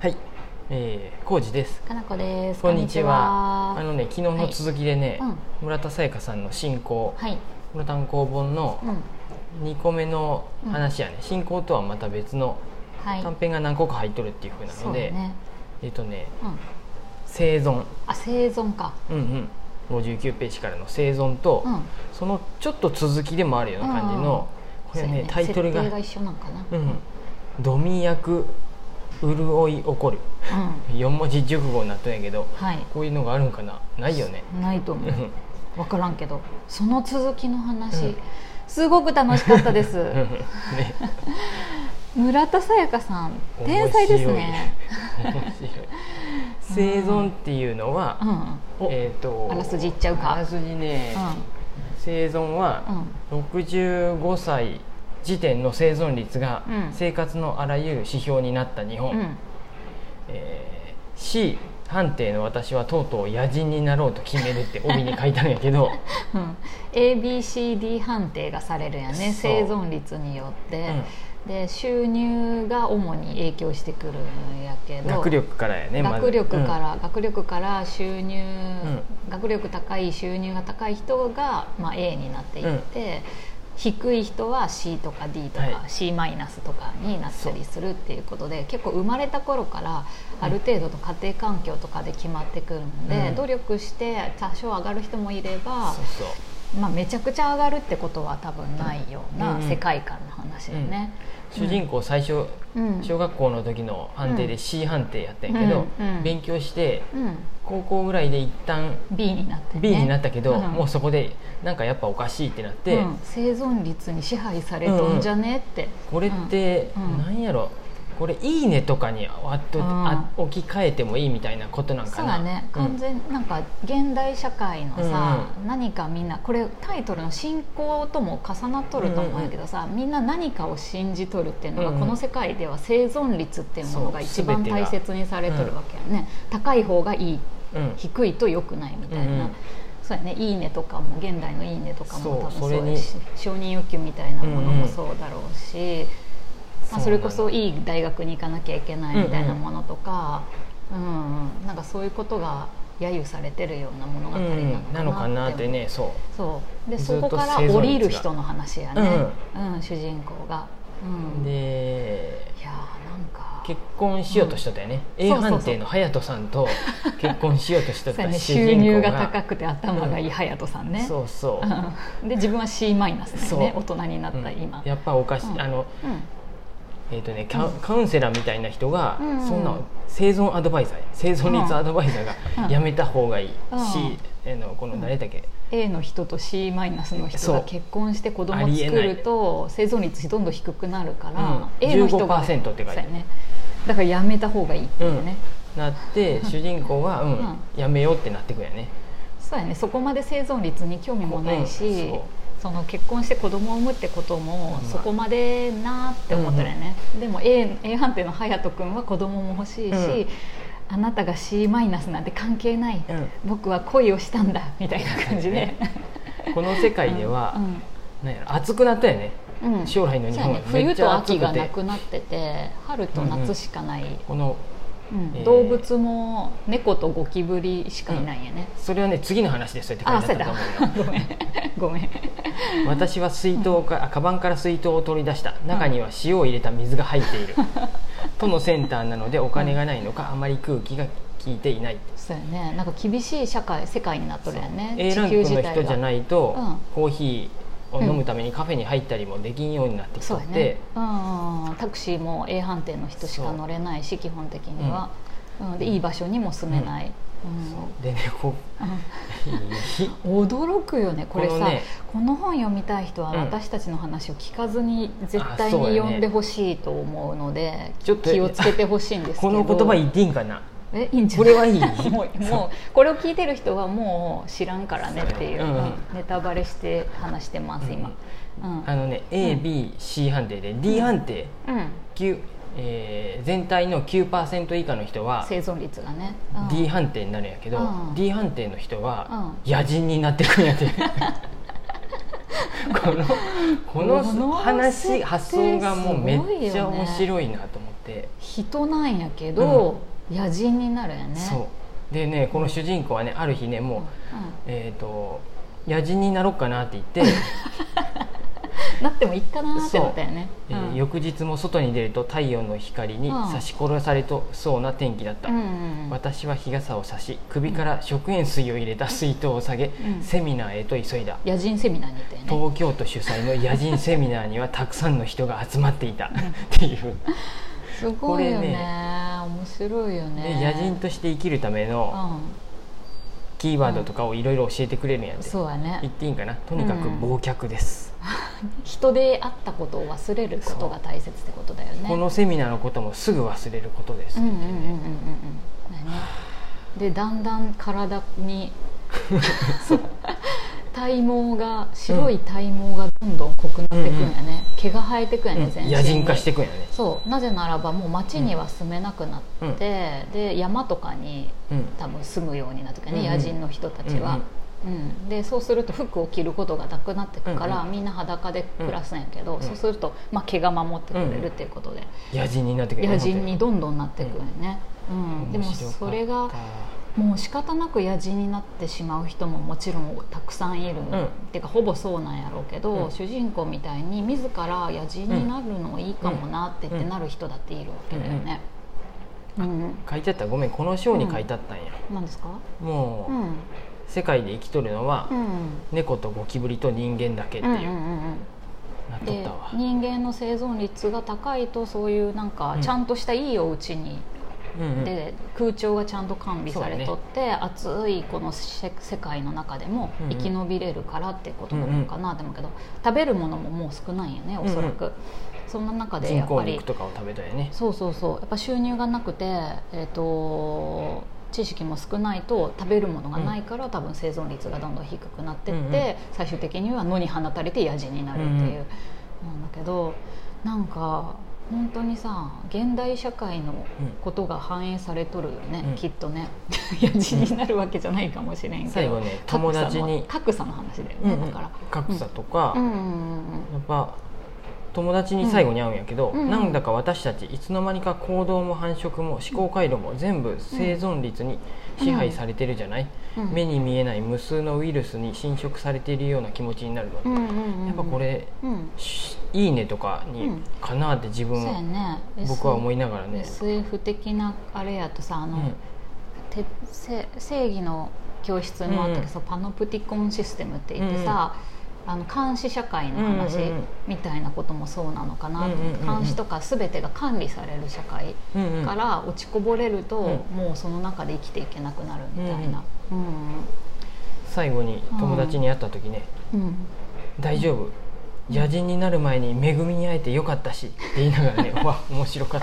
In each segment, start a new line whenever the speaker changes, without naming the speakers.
はい、えー、康二です。
かなこです。
こんにちは。あ
こんに
のね、昨日の続きでね、
ちは。うん。
村田沙耶香さんの進行、
はい。
村田公本の
うん。
2個目の話やね、進行とはまた別の
はい。
短編が何個か入っとるっていう風な
そ
の
うだ
で、
ね。
えっ、とね、
うん。
生存、
あ、生存か。
うんうん、59ページからの生存と、
うん。
そのちょっと続きでもあるような感じの、これ
そうや
ね、タイトルが
設定が一緒なんかな。
う
うん
ん、ドミ役潤い起こる4文字熟語になったんやけど
はい。
こういうのがあるんかなないよね
ないと思
う
う。
ん
わからんけど、その続きの話、
うん
すごく楽しかったです。
ね
村田沙耶香さん、天才ですね。
面白い生存っていうの
う
は、
ん。
えー、と
あらすじ言っちゃうか
あらすじね、生存
うん。う
は
ん。
65歳時点の生存率が
うん
生活のあらゆる指標になった日本、
うん。
えー C 判定の私はとうとう野人になろうと決めるって帯に書いたんやけ ど、
うん、ABCD 判定がされるやね
そう
生存率によって、
う
で収入が主に影響してくるんやけ
ん、
ど
学力からやね
学力か、
ま
ら、学力から収入、学力高い収入が高い人が、まあ、A になっていって、低い人は C とか D とか、
は
C マイナスとかになったりするっていうことで結構生まれた頃からある程度の家庭環境とかで決まってくるんで、
うん
努力して多少上がる人もいれ
ず
ば
そう、そう
まあ、めちゃくちゃ上がるってことは多分ないよう
う
なん世界観の話でね。
主人公最初、
うん
小学校の時の判定
う
で
ん
C 判定やったんやけど、
うんうん
勉強して
うん
高校ぐらいで一旦
B になって、ね、
B になったけど、
うん
もうそこでなんかやっぱおかしいってなって、
うん生存率に支配されとんじゃねって、
これって
うん
なんやろこれ「いいね」とかにわっと、
うん
あ置き換えてもいいみたいなことなん
そ
か
う
な
だね
うん
完全、なんか現代社会のさ、何かみんなこれタイトルの信仰とも重なっとると思うんやけどさ、みんな何かを信じとるっていうのが、
うんうん
この世界では生存率っていうものが
そう
一
全
番
てが
大切にされとるわけやね、高い方がいい
うん
低いと良くないみたいな、
うんうん
そうやね「いいね」とかも現代の「いいね」とかも多分
そう
そう
それ
や
に
し承認欲求みたいなもの
うんう
も
ん
そうだろうし、まあ、
そ
そう
な
れ
の
こそいい大学に行かなきゃいけないみたいなものとか、うんうんなんかそういうことが揶揄されてるような物語
うんうん
な
な
の
の
か
か
な
な
っ
ってて
思う
ねそ
そうで
ず
そ
っ
ことから
生存率が
降りる人の話やね、うん主人公が。うん、
うで
いやーなんか
結婚しようとしとったよね、
ん
A
そうそうそう
判定の隼人さん と結婚しようとしとっ
そうや
た
ね
主
収
人
入
公
が
が
高くて頭がいい隼人さんね、
そうそう、
うんで自分は C マイナスだよね
そ
大
う
人になっ
う
た
ん
今、
やっぱおかしい、
うん
あの
うん
えっ、とねカウ,、カウンセラーみたいな人が、
うん
そんな生存アドバイザーや生存率アドバイザー
うん
がやめた方がいいし、
うん
あのこの誰だっけ、
A の人と C マイナスの人
そ
が
う
結婚して子
あ
供
りえな
作
い
ると生存率どんどん低くなるから、
うん
A の人が
15%って書いてある
そうやねだからやめた方がいいっていうね、
なって主人公は、うん
うん
やめようってなってくるよね
そうやねそこまで生存率に興味もないし、
うんそう
その結婚して子供を産むってことも
うん
そこまでなって思ったよね、でも A, A 判定の隼人君は子供も欲しいし、
うん
あなたが C マイナスなんて関係ない、
うん
僕は恋をしたんだみたいな感じで
ねこの世界では、なんやろ暑くなったよね
うんうん
将来の日本は
そうやね
め
冬
っちゃ
と
暑くて
秋がなくなってて春と夏しかない、
この
うん
えー
動物も猫とゴキブリしかいないよね、
それはね次の話でそうやって書
あ
い
そ
て
う
あった
だ
と思うよ
ごめん ごめん
私は水筒か、あカバンから水筒を取り出した中には塩を入れた水が入っている、とのセンターなのでお金がないのか、あまり空気が効いていない
そうやねなんか厳しい社会世界になっとるよね
A ランクの人じゃ
い
ないと、
うん
コーヒーを飲むためにカフェに入ったりもできんようになってき
そ
と
う
っ
や
て
ね、うんうんタクシーも A 判定の人しか乗れないし基本的には、うんでいい場所にも住めない、うん
そうでね こういい
驚くよねこれさ
こ
こ
の
の,、
ね
本読みたい人は
うん
私たちの話を聞かずに絶対
あそうや
に
ね
読んでほしいと思うので、
ちょっと
気をつけてほしいんですけ
こ
ど
の言葉言っていいんかな
えいいんじゃ
こ
ない
れはいい
もうもうこれを聞いてる人はもう知らんからねっていう、
そうやね
ネタバレして話してます今、うん
あのね ABC 判定で D 判定、
うん、
9えー全体の9%以下の人は
生存率がね、
D 判定になるんやけど、
うん
D 判定の人は
う
野人になってくんや てこのこ
この
の話
設定
発想がもうめっちゃ
すごいよね
面白いなと思って、って、
人なんやけど、野人になるやね
そうでねこの主人公はねある日ねもう、
う
えー、と野人になろうかなって言って、
ん、なってもいいかなって思ったよね
えー
うん
翌日も外に出ると太陽の光に
うん
差し殺されとそうな天気だった、
うんうんうん
私は日傘を差し首から食塩水を入れた水筒を下げ、
うん
セミナーへと急いだ
野人セミナーに行ったよね
東京都主催の野人セミナーにはたくさんの人が集まっていたっ
ん
ていう、
すごいよ
これ
ね
ね
面白いよ
で
ね
野人として生きるための
う
キーワードとかをいろいろ教えてくれるんや
ん
って、
そうや
言っ
ね
ていいんかなとにかく忘却です、
人であったことを忘れることが大切ってことだよね
このセミナーのこともすぐ忘れることです
う
っ
んう
て
んう
言
ん
っ
うん
て
う
ね、
んうんだよねでだんだん体に体毛が白い体毛がどんどん濃くなってくんやね、毛が生えてくんやね、全身に
野人化していくんやね、
そうなぜならばもう町には住めなくなって、で山とかに
うん
多分住むようになってくるね、
うんうん
野人の人たちは、うんでそうすると服を着ることがなくなってくから、
うんうん
みんな裸で暮らすんやけど、
ん
そうすると、まあ、毛が守ってくれるっていうことで、
野人になってくる
野人にどんどんなってくるよね、うんでもそれがもう仕方なく野人になってしまう人ももちろんたくさんいる、
ん
っていうかほぼそうなんやろうけど、
うん
主人公みたいに自ら野人になるのいいかもなって言って
うん
なる人だっているわけだよね。うん、
書いてあったごめんこの章に書いてあったんや、
なんですか？
も
う
う、
ん、うん、
世界で生きとるのは、
うん、
猫とゴキブリと人間だけって
う
い
ん、
う、
うん、
なっとっ
で
たわ
人間の生存率が高いとそういうなんか
うん
ちゃんとしたいいお家に
うんうん
で空調がちゃんと完備されとって、暑いこのせ世界の中でも
うんうん
生き延びれるからってことなのかなと思うけど、食べるものももう少ないよねおそらく、そんな中で
人
やっ
工
ぱり
肉とかを食べたよね
そうそうそうやっぱ収入がなくて、えー、と知識も少ないと食べるものがないから、多分生存率がどんどん低くなってって、
うんうん
最終的には野に放たれて野人になるっていう、なんだけどなんか本当にさ現代社会のことが反映されとるよね、
うん
きっとね 野人になるわけじゃないかもしれんけど
最後ね
格
友
差の
達に
格差の話だよね、
うんうん
だから。
格差とか、
うんうんうん
やっぱ友達に最後に会うんやけど、
うんうん
なんだか私たちいつの間にか行動も繁殖も思考回路も全部生存率に支配されてるじゃない、
うんうん
目に見えない無数のウイルスに侵食されているような気持ちになるの、
うんうんうん
やっぱこれ
うん
しいいねとかに
うん
かなって自
そうや
分、
ね
僕は思いながらね、
SF 的なあれやとさあ
う
の、
ん、
てせ正義の教室もあったけどさ、パノプティコンシステムって言ってさ、あの監視社会の話
うんうんうん
みたいなこともそうなのかなと思って、
うんうんうんうん
監視とか全てが管理される社会
うんうん
から落ちこぼれると、
う
もうその中で生きていけなくなるみたいな。うん
最後に友達に会った時ね
うんうん
「大丈夫野人になる前に恵みに会えてよかったし」って言いながら ね「うわ面白かっ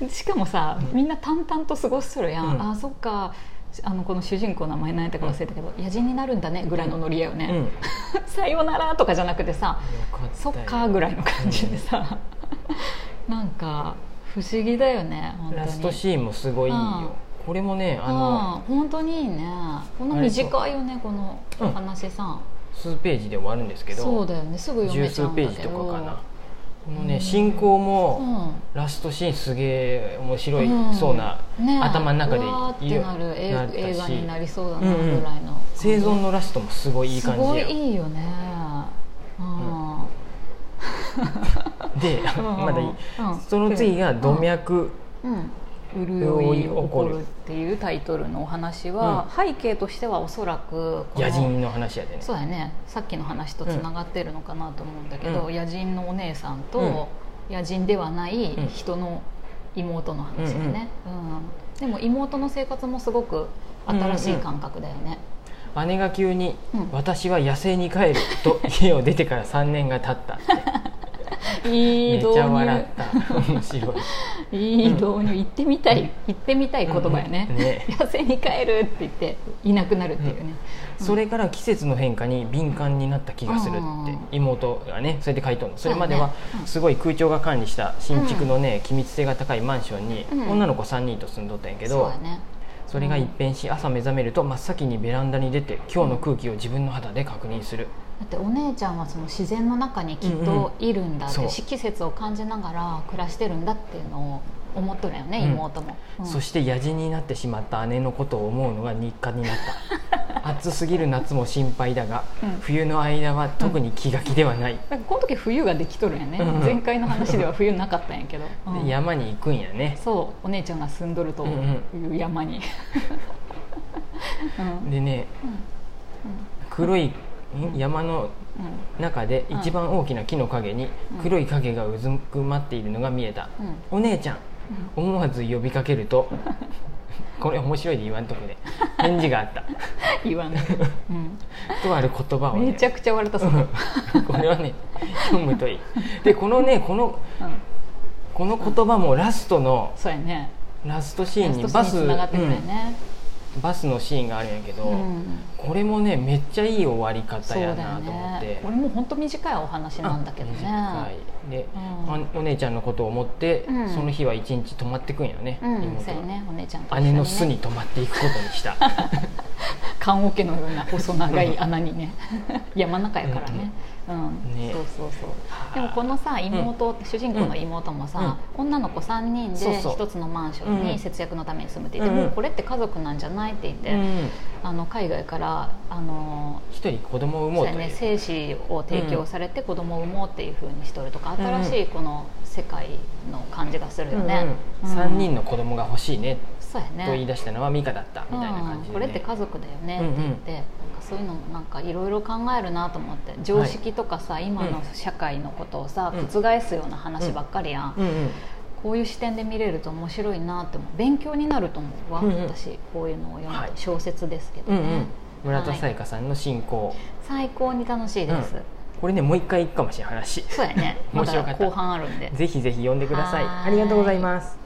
た」
しかもさ、みんな淡々と過ごするやん、
うん
あそっかあのこの主人公の名前何やったか忘れたけど、野人になるんだねぐらいのノリやよ
うん、
ね、
よ
さよならとかじゃなくてさ
かった
そっ
よ
かぐらいの感じでさ、なんか不思議だよね本当に
ラストシーンもすごいいいよこれもねあの
あー本当にいいねこの短いよねこの
うん
話さ、
数ページで終わるんですけ
そう
ど
だよねすぐ読
十
めちゃう
数
ん
ペ
だ
ージ
け
と
ど
かかなこの
うん
ね進行
う
も
ん
ラストシーンすげえ面白い
うん
そうな
ねえ
頭の中で
うわーってなるえ
なったし
映画になりそうだな
うんうん
ぐらいの、
生存のラストもすごいいい感じ
すご
や
いいいよねうん、
で
うん
まだいい
うん
その次が「動脈
うん
潤
潤
い
い
起
起
こ
こ
る
るっていうタイトルのお話は、背景としてはおそらくこの
野人」の話やでね
そうだねさっきの話とつながってるのかなと思うんだけど、
うん
野人のお姉さんと、野人ではない
うん
人の妹の話だね、うんでも妹の生活もすごく新しい感覚だよね、
姉が急に
うん
「私は野生に帰る」 と家を出てから3年が経ったって
い
め
い
っ
導
ちゃ笑
入
った 面白い
いい導入行ってみたい行ってみたい言葉よね,、
うん ね
野生に帰るって言っていなくなるっていうね、
それから季節の変化に敏感になった気がするっ
うん
て妹がねそれで書いとるのそれまでは
そうだねうん
すごい空調が管理した新築のね機密性が高いマンションに
うん
女の子3人と住んどったんやけ
そう
ど
やね
それが一変し朝目覚めると真っ先にベランダに出て今日の空気を自分の肌で確認する
だってお姉ちゃんはその自然の中にきっといるんだって、
うんうんそう
四季節を感じながら暮らしてるんだっていうのを思っとるよね、
うん
妹も、うん
そして野人になってしまった姉のことを思うのが日課になった 暑すぎる夏も心配だが、
うん
冬の間は特に気が気ではない、
だからこの時冬ができとるんやね、
うん
前回の話では冬なかったんやけど、うん
で山に行くんやね
そうお姉ちゃんが住んどるという山に、うん
でね黒いん山の中で一番大きな木の陰に黒い影がうずくまっているのが見えた、
うんうん
お姉ちゃん思わず呼びかける とこれ面白いで言わんとくで返事があった
言わ んね、うん
とある言葉を、ね、
めちゃくちゃ割れたその、うん
うん これはね読むといいでこのねこのこの言葉もラストの
そうやね
ラストシーンに
ラ
バ
ス
ス、
トシーンに繋がってくるよね、
うんバスのシーンがあるんやけど、
うん
これもねめっちゃいい終わり方
そうだ
や
よ
なと思って、
ね俺も本当短いお話なんだけどね、
短いで、
うん
あお姉ちゃんのことを思って、
うん
その日は一日泊まってくんよね、
うん、
妹
そうやねお姉ちゃんと一緒
姉の巣に泊まっていくことにした、
棺桶のような細長い穴 にね山の中やからね,、うん
ね
そうそうそうでもこのさ妹、主人公の妹もさ、女の子3人
そう
で
そう
一つのマンション
うん
に節約のために住むって言って、
うん
もうこれって家族なんじゃないって言って、
うん
あの海外からあの
一人子供を産も
そうう
とい
や
う
ね、精子を提供されて子供を産もうっていうふうにしとるとか、新しいこの世界の感じがするよね、
うんうん3人の子供が欲しいね
そうやね
と言い出したのはミカだったみたいな感じ
うん
で、ね
これって家族だよねって言って、なんかそういうのもなんかいろいろ考えるなと思って常識とかさ、今の社会のことをさ、
うん
覆すような話ばっかりやん、
うんうん
こういう視点で見れると面白いなって思う勉強になると思うわ、
うんうん
私こういうのを読むと、
はい
小説ですけど
う
ね、
んうん村田沙耶香さんの進行、
最高に楽しいです、
うんこれねもう一 回行くかもしれない話
そうやね ま
面白か
だ
った
後半あるんで
ぜひぜひ読んでください
はーい
ありがとうございます